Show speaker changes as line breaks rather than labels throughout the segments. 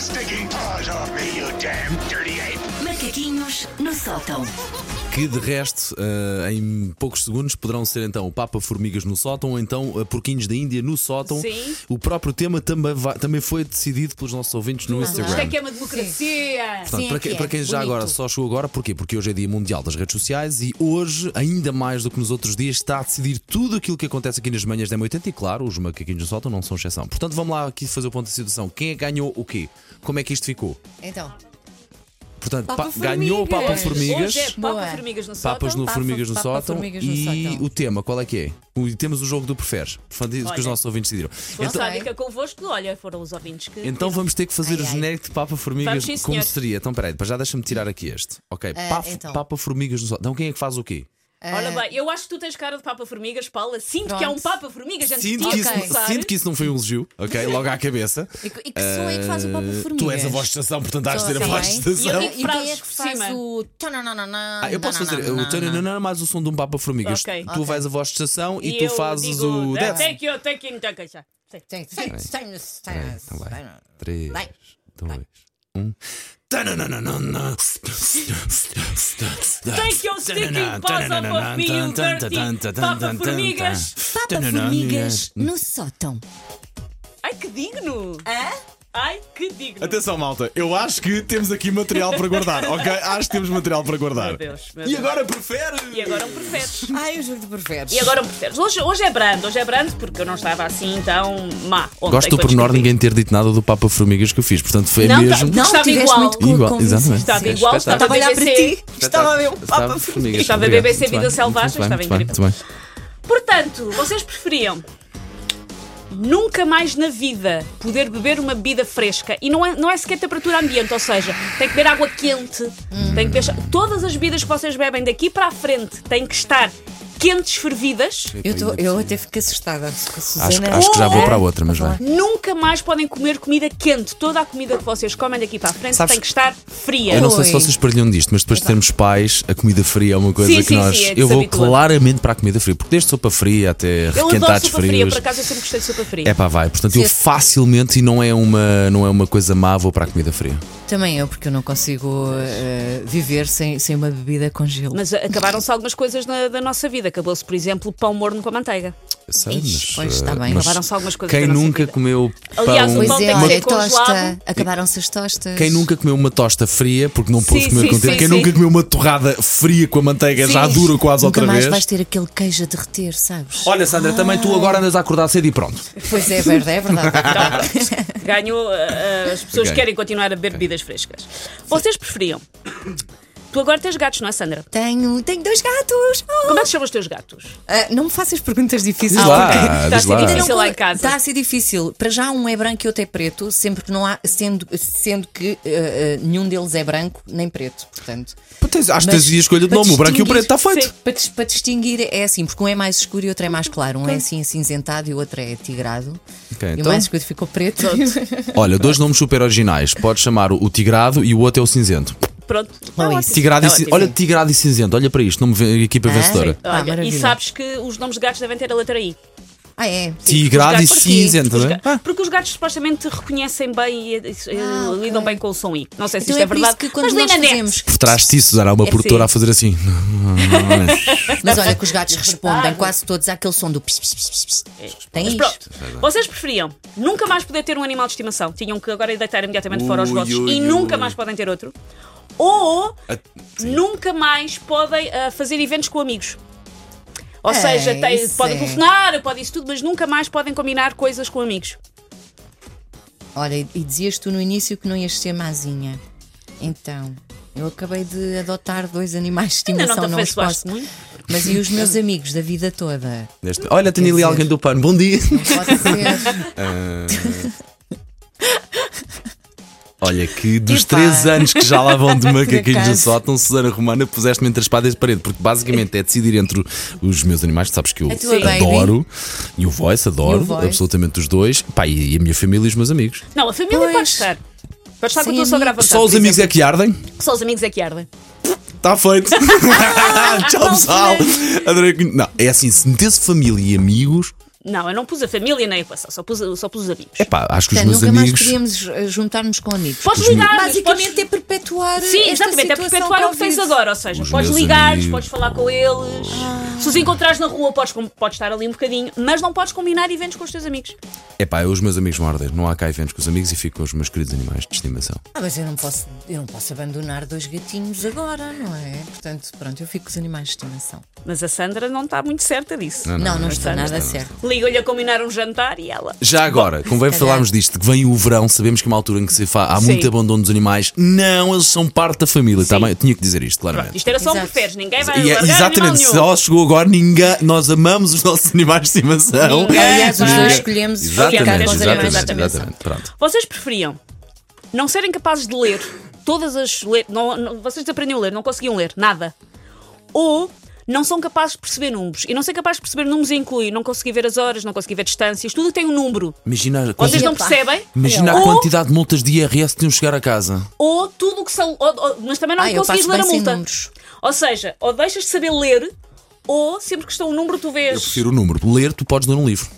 sticking paws off me, you damn dirty ape!
Macaquinhos no sótão.
Que de resto, eh, em poucos segundos, poderão ser então o Papa Formigas no sótão ou então eh, Porquinhos da Índia no sótão.
Sim.
O próprio tema também, vai- também foi decidido pelos nossos ouvintes no
Isto é
Instagram.
que é uma democracia.
Portanto,
Sim,
para,
é que
quem-
é.
para quem já
Bonito.
agora só chegou agora, porquê? Porque hoje é dia mundial das redes sociais e hoje, ainda mais do que nos outros dias, está a decidir tudo aquilo que acontece aqui nas manhãs da M80 e, claro, os macaquinhos no sótão não são exceção. Portanto, vamos lá aqui fazer o ponto da situação. Quem é que ganhou o quê? Como é que isto ficou?
Então,
Portanto,
Papa
pa- ganhou o Papa
Formigas.
Formigas.
Hoje é Papa
Boa.
Formigas no sótão.
Papas no
Papa-
Formigas no
Papa
Sótão
Formigas no
e
Sótão.
o tema, qual é que é? O- temos o jogo do preferes, portanto, isso que os
Olha.
nossos ouvintes decidiram.
Então,
Então,
sádica convosco, olha, foram os ouvintes que.
então vamos ter que fazer
Ai,
o
ai.
genérico de Papa Formigas
Vamos, sim,
como
senhor.
seria. Então peraí, para já deixa-me tirar aqui este. Ok, Paf-
então.
Papa Formigas no Sótão. Então quem é que faz o quê?
Olha bem, eu acho que tu tens cara de Papa Formigas, Paula. Sinto que é um
É. Pronto.
Papa Formigas antes
Sinto,
de
que
ti
isso,
começar.
sinto que isso não foi um elogio, ok? Logo à cabeça.
e, que- e que som é que faz o Papa
Eh,
Formigas?
tu és a voz de estação, portanto has de
Sou
ter a voz de
assim.
E eu
estação.
digo-
E quem é
Frases
que
por
faz
cima.
o. Tananana,
Ah, eu posso fazer o
nananana.
tananana mais o som de um Papa Formigas.
Ok.
Tu
Ok.
vais a voz de estação e, tu
eu
fazes
digo,
o.
"Ah,
That's
Thank you, thank you, thank you. já. Sim.
Tem- tem- tem- tem-
Peraí, então vai.
tem-
3,
Vai.
2, 1.
Take your stinking paws off of me, you dirty Papa Formigas.
Papa Formigas no sótão.
Ai, que digno!
Hã?
Ai, que digno!
Atenção, malta, eu acho que temos aqui material para guardar, ok? Acho que temos material para guardar.
Meu Deus, meu
E
Deus.
agora prefere?
E agora um preferes.
Ai, o jogo de preferes.
E agora um preferes. Hoje, hoje é brando, hoje é brando porque eu não estava assim tão má. Ontem,
Gosto do
quando
pormenor
escrevi.
ninguém ter dito nada do Papa Formigas que eu fiz, portanto foi
Não, tá-
mesmo.
não, Estava
tiveste
igual.
muito co-
Igual,
convincente.
exatamente.
Estava
Sim,
igual, estava
é espetáculo.
Estava a
a
olhar para
BBC.
ti. Estava a ver o Papa
Estava
Formigas.
Estava a
obrigado.
BBC
Muito
Vida
bem,
Selvagem,
muito bem,
estava
muito bem, muito bem.
Portanto, vocês preferiam nunca mais na vida poder beber uma bebida fresca e não é, não é sequer temperatura ambiente, ou seja, tem que beber água quente, tem que beber. Todas as bebidas que vocês bebem daqui para a frente têm que estar quentes, fervidas.
Eu, tô- eu até fico assustada. Acho que a
Acho,
Susana.
acho que já
Oh!
vou para a outra, mas vai.
Nunca mais podem comer comida quente. Toda a comida que vocês comem daqui para a frente
Sabes-
tem que estar
Eu
fria.
não sei se
Oi.
vocês partilham disto, mas depois de termos pais, a comida fria é uma coisa
Sim,
que
sim,
nós.
sim, é que
eu
se
vou
habitua.
claramente para a comida fria, porque desde sopa fria até
Eu adoro
requentados
sopa fria,
frios.
por acaso eu sempre gostei de sopa fria.
É pá, vai. Portanto, eu
Sim.
facilmente, e não é, uma, não é uma coisa má, vou para a comida fria.
Também eu, porque eu não consigo eh, viver sem, sem uma bebida com gelo.
Mas uh, acabaram-se algumas coisas na- da nossa vida. Acabou-se, por exemplo, o pão morno com a manteiga.
Eu sei,
Ixi,
mas,
pois,
eh,
tá
está bem.
mas
Acabaram-se algumas coisas
Quem
da nossa
nunca
vida.
comeu pão.
Aliás, o
Pois
pão
é,
tem que
olha,
ser
tosta.
congelado.
Acabaram-se as tostas.
Quem nunca comeu uma tosta fria, porque não pôde
Sim,
comer
sim,
com tempo.
sim,
Quem
sim.
nunca comeu uma torrada fria com a manteiga já
Sim.
dura quase
Nunca
outra
mais
vez.
vais ter aquele queijo a derreter, sabes?
Olha, Sandra, também tu agora andas a acordar cedo e pronto.
Pois é, é verdade, é verdade.
Ganho, uh, uh, as pessoas
Ganho.
querem continuar a beber bebidas frescas. Vocês preferiam. Tu agora tens gatos, não é, Sandra?
tenho, tenho dois gatos. Oh.
Como é que se chamam os teus gatos?
Ah, não me faças perguntas difíceis.
Diz lá,
porque-
diz
Está a ser
lá.
difícil
Não,
lá em casa.
Está a ser difícil. Para já um é branco e outro é preto, sempre que não há, sendo, sendo que eh, eh, nenhum deles é branco nem preto, portanto.
Tens- Acho que
Mas
tens a escolha de
para
nome, o branco e o preto
distinguir-
está feito.
Sim.
Para, dis- para distinguir é assim, porque um é mais escuro e outro é mais claro. Um é assim acinzentado e o outro é tigrado.
Ok,
e
então-
o mais escuro ficou preto.
Olha, dois nomes super originais. Podes chamar o- o Tigrado e o outro é o Cinzento.
Pronto. Tá
isso.
ótimo.
Tigrado e
Tá
cin-
ótimo.
Olha, Tigrado e Cinzento. Olha para isto, nome ve- equipa
É Ah,
vencedora.
Ah,
Olha, e
maravilha.
sabes que os nomes de gatos devem ter a letra I.
Ah, é.
Tigrado e
Os gatos-
Cinzento,
Os
não é?
ga- Porque os gatos supostamente reconhecem bem e, e- e
Ah, ok.
lidam bem com o som I. Não sei se
Então
isto é,
é por
verdade.
isso que quando
mas li
nós
na net.
fazemos.
Por trás disso, Susana, há uma
É
produtora
sim.
a fazer assim.
Mas olha que os
É
gatos respondem quase todos àquele som do pss, pss, pss, pss. Tem
Mas
isto?
pronto, vocês preferiam nunca mais poder ter um animal de estimação, tinham que agora deitar imediatamente fora os
Ui,
vossos
ui,
e nunca
ui.
mais podem ter outro, ou
A-
nunca mais podem ah, fazer eventos com amigos. Ou
É,
seja, têm-
isso
podem
é.
telefonar, podem isso tudo, mas nunca mais podem combinar coisas com amigos.
Olha, e e dizias tu no início que não ias ser mazinha. Então, eu acabei de adotar dois animais de
Ainda
estimação,
não te
não os
afeiçoaste
posso.
muito.
Mas e os meus amigos da vida toda?
Neste- Olha, tenho ali
Quer
alguém do pano. Bom dia.
Pode ser.
Olha, que dos
Epá.
três anos que já lá vão de macaquinhos no
acaso.
sótão, Susana Romana, puseste-me entre a espada e a parede, porque basicamente é decidir entre os meus animais, que sabes que eu
A tua baby.
adoro, e o voice, adoro,
E o voice.
absolutamente os dois, pá, e a minha família e os meus amigos.
Não, a família
Pois.
pode estar. Pode estar com a
Sem
tua sogra à
amigos.
vontade,
Só os
por
amigos
exemplo.
é que ardem?
Só os amigos é que ardem.
Está Tá feito. Tchau, pessoal. Adorei. que- Não, é assim, se metesse família e amigos,
Não, eu não pus a família na equação, só pus, só pus os amigos.
Epá, acho que os
Portanto,
meus
nunca mais
amigos.
podíamos eh, juntar-nos com amigos.
Podes ligar, mas
Basicamente
podes...
é perpetuar.
Sim,
esta
exatamente, é
situação
perpetuar o que tens
Covid.
agora, ou seja,
Os
podes
meus
ligar,
amigos.
podes falar com eles,
Ah.
se os encontrares na rua, podes, com- podes estar ali um bocadinho, mas não podes combinar eventos com os teus amigos.
Epá, eu, os meus amigos mordem. Não há cá eventos com os amigos e fico com os meus queridos animais de estimação.
Ah, mas eu não, posso, eu não posso abandonar dois gatinhos agora, não é? Portanto, pronto, eu fico com os animais de estimação.
Mas a Sandra não está muito certa disso.
Não, não,
não,
estou
não,
não,
nada
não.
certo.
Liga-lhe a combinar um jantar e ela.
Já agora, convém
se calhar.
falarmos disto, que vem o verão, sabemos que é uma altura em que se fa- há
Sim.
muito abandono dos animais. Não, eles são parte da família, está
Sim.
bem? Eu tinha que dizer isto, claramente.
Isto era só um
Exato.
preferes, ninguém vai
E é-
largar
exatamente,
animal
se
nenhum.
ela chegou agora, ninguém, nós amamos os nossos animais de estimação. É,
Ninguém, aliás, os
Ninguém.
dois escolhemos ficar
exatamente,
com os animais
exatamente,
de estimação.
exatamente. Pronto.
Vocês preferiam não serem capazes de ler todas as letras. Não, não- vocês aprendiam a ler, não conseguiam ler nada. Ou não são capazes de perceber números. E não ser capaz de perceber números inclui não conseguir ver as horas, não conseguir ver distâncias, tudo tem um número.
Imagina, a
Vocês
quanti-
não
Epá.
percebem?
imagina a
ou,
quantidade de multas de IRS que tinham de chegar a casa.
ou tudo o que são. ou- ou- mas também não é
Ah, eu
conseguis
faço
ler a
bem sem
multa.
números.
Ou seja, ou deixas de saber ler, ou sempre que está um número tu vês.
Eu prefiro o número. Ler, tu podes ler um livro.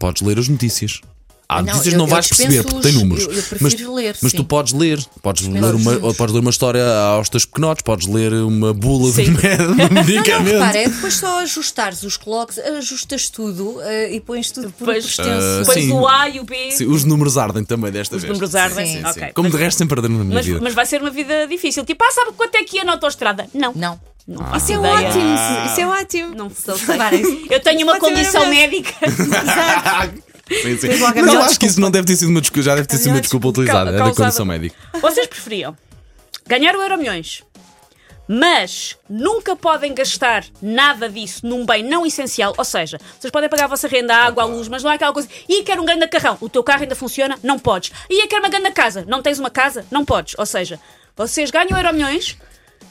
Podes ler as notícias. Há
Não,
notícias que
eu-
não
eu
vais
dispenso
perceber, porque tem
os-
números.
eu- eu prefiro
mas,
ler,
Mas
sim.
tu podes ler. Podes
Menos
ler, uma,
números.
podes ler uma história aos teus pequenotes, podes ler uma bula de
Sim.
med- de
Não,
medicamento.
repara, é depois só ajustares os clocks, ajustas tudo eh, e pões tudo por
Depois-
extenso.
Ah,
Depois
sim.
o A e o B.
Sim, os números ardem também desta vez.
números ardem?
Sim, sim,
Sim.
sim.
Ok.
Como de resto sempre ardem na minha
Mas,
vida.
mas vai ser uma vida difícil. Tipo, ah, sabe quanto é que ia na autostrada? Não.
Não.
Não faço
Isso é
ideia.
ótimo, isso é ótimo.
Não sei.
Reparem-se.
Eu tenho uma
Pode ser
condição
mesmo.
médica.
Sim, sim.
Tens logo a
Mas eu
melhor
acho que isso não deve ter sido uma desculpa, já deve ter sido uma
melhor
desculpa
desculpa
utilizada, é da
causada.
condição médica.
Vocês preferiam ganhar o Euro Milhões, mas nunca podem gastar nada disso num bem não essencial. Ou seja, vocês podem pagar a vossa renda, a água, a luz, mas não é aquela coisa. E quero um grande carrão. O teu carro ainda funciona? Não podes. E quero uma grande casa. Não tens uma casa? Não podes. Ou seja, vocês ganham Euro Milhões.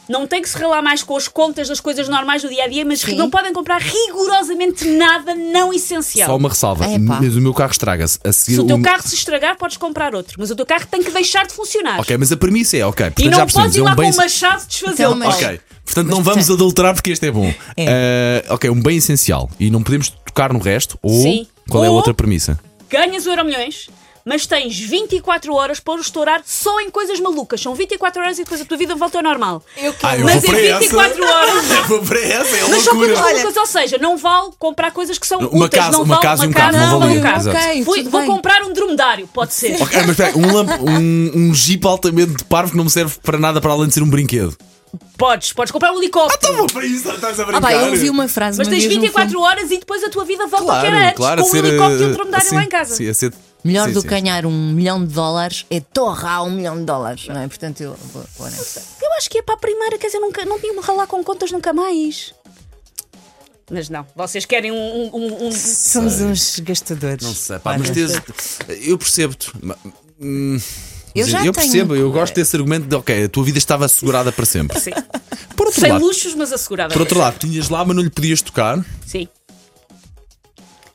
Não têm que se relar mais com as contas das coisas normais do dia a dia, mas
Sim.
não podem comprar rigorosamente nada não essencial.
Só uma ressalva,
Epá.
mas o meu carro estraga-se. A seguir um-
Se o teu
o-
carro se estragar, podes comprar outro. Mas o teu carro tem que deixar de funcionar.
Ok, mas a premissa é, ok, portanto
E não
já
podes
percebemos,
ir
é
lá
um bem
com uma chave desfazê-lo.
Então, mas-
Ok. Portanto, não
Mas,
vamos
portanto-
adulterar porque este é bom.
É.
Ah, ok, um bem essencial. E não podemos tocar no resto. Ou
Sim.
qual é a
Ou-
outra premissa?
Ganhas o Euro Milhões, mas tens 24 horas para o estourar só em coisas malucas. São 24 horas e depois a tua vida volta ao normal.
Eu
Ah, eu
mas é
vou
em
para essa.
24 horas.
Eu vou para essa, é
Mas só coisas
Olha-
malucas, ou seja, não vale comprar coisas que são
Uma
úteis.
casa-
não
uma
vale
casa e
uma
um carro,
casa,
não
vale um
valia.
carro.
Ok,
Fui-
tudo
vou
bem.
comprar um dromedário, pode ser.
Ok, mas espera, um, lamp- um, um jeep altamente de parvo que não me serve para nada para além de ser um brinquedo.
Podes, podes comprar um helicóptero.
Vou para isso, estás a
Ah, pá, eu ouvi uma frase
Mas
uma
tens
vez num
24 horas e depois a tua vida volta ao que era
Claro,
antes,
claro, a
com um
ser.
helicóptero e um
ah,
dromedário
assim,
lá em casa.
Sim, a ser.
Melhor
sim,
do
sim.
que ganhar um milhão de dólares é torrar um milhão de dólares, não é? Portanto, eu vou, vou nessa.
Eu acho que é para a primeira, quer dizer, nunca, não tinha me ralar com contas nunca mais. Mas não, vocês querem um. um- um- um-
Somos uns gastadores.
Não sei, pá, mas tens, eu percebo-te. ma- hum,
Eu já tenho-
percebo, eu gosto desse argumento de ok, a tua vida estava assegurada para sempre.
Sim.
Por outro
Sem
lado,
luxos, mas assegurada.
por outro lado, tinhas lá, mas não lhe podias tocar.
Sim.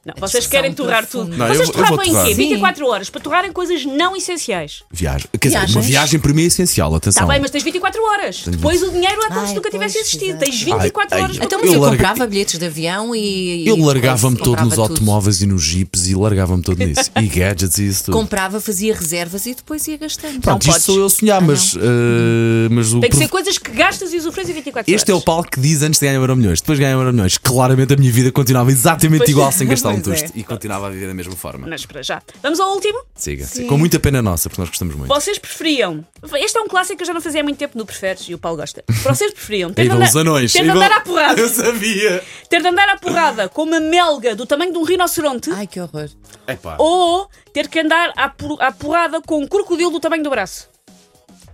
Não, vocês
discussão
querem torrar
profunda.
tudo.
Não, eu
vocês
vou- eu vou
torravam em quê?
torrar.
24 horas para torrarem coisas não essenciais.
Viagem. Quer dizer, uma
Viagens.
viagem para mim é essencial, atenção.
Está Tá bem, mas tens 24 horas. Depois o dinheiro é como
Ai,
se nunca tivesse
pois,
existido.
exato.
Tens 24
Ai,
horas
ai,
para
Então,
fazer.
mas eu,
Eu larga-
comprava bilhetes de avião e.
Eu
e
largava-me todo
comprava
nos
tudo.
automóveis e nos jeeps e largava-me todo nisso. E gadgets e isso tudo.
Comprava, fazia reservas e depois ia gastando.
Pronto, isto
podes.
sou eu a sonhar, mas, eh, mas o
Tem que
prov-
ser coisas que gastas e usufruis em 24 horas.
este é o palco que diz antes de ganhar euro milhões, depois ganhar euro milhões. Claramente a minha vida continuava exatamente
Pois-
igual sem gastar um
Pois
tusto e continuava a viver da mesma forma.
Mas para já. Vamos ao último?
Siga, siga. Com muita pena nossa, porque nós gostamos muito.
Vocês preferiam. Este é um clássico que eu já não fazia há muito tempo no Preferes e o Paulo gosta. Vocês preferiam ter,
Aí
de
vão
andar,
os anões.
ter
aí
de
vão-
andar à porrada.
Eu sabia.
Ter de andar à porrada com uma melga do tamanho de um rinoceronte
Ai, que horror.
Epá,
ou ter que andar à, por- à porrada com um crocodilo do tamanho do braço.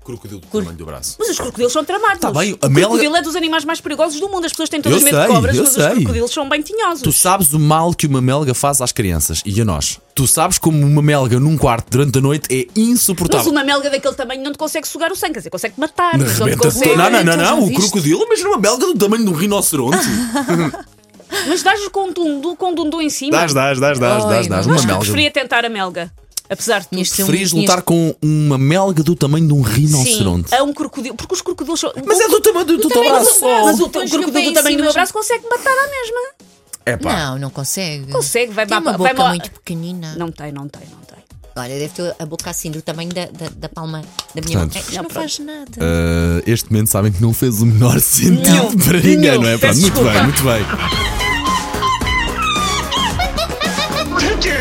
crocodilo do tamanho do braço.
Mas os crocodilos são tramados.
Tá bem, a
o
melga-
crocodilo é dos animais mais perigosos do mundo. As pessoas têm todas
Eu
medo
sei,
de cobras,
eu
mas
sei.
os crocodilos são bem tinhosos.
Tu sabes o mal que uma melga faz às crianças e a nós. Tu sabes como uma melga num quarto durante a noite é
Mas
insuportável.
uma melga daquele tamanho não te consegue sugar o sangue, quer dizer, consegue-te matar, mas não te
Rebenta
consegue.
tudo. Não, não, não,
Tu já
não. O
viste?
crocodilo, imagina uma belga do tamanho de um rinoceronte.
Mas dás-lhe com um dundu, com um dundu em cima.
Dás, dás, dás, dás,
Ai,
dás, dás.
não.
Uma
Acho que eu
melga.
preferia tentar a melga. Apesar de tudo.
Tinhas de ter um-
Preferias
tinhas-
lutar com uma melga do tamanho de um
Sim,
rinoceronte.
é um crocodilo. Porque os crocodilos são.
Mas é do tamanho do teu
tamanho do
braço.
braço.
Mas o,
Pões
crocodilo
bem
do
em
tamanho do
cima
meu
já.
braço consegue matar à mesma.
É pá.
Não, não consegue.
Consegue, vai
Tem
ba-
uma
vai
boca
ba-
muito pequenina.
Não tem, não tem, não tem.
Olha, deve ter a boca assim do tamanho da, da, da palma da minha
Portanto,
mão. É, Isto
não,
não faz nada.
Uh, este momento sabem que não fez o menor sentido para ninguém, não é? Pá,
Peço
muito bem,
desculpa.
muito bem.
Take your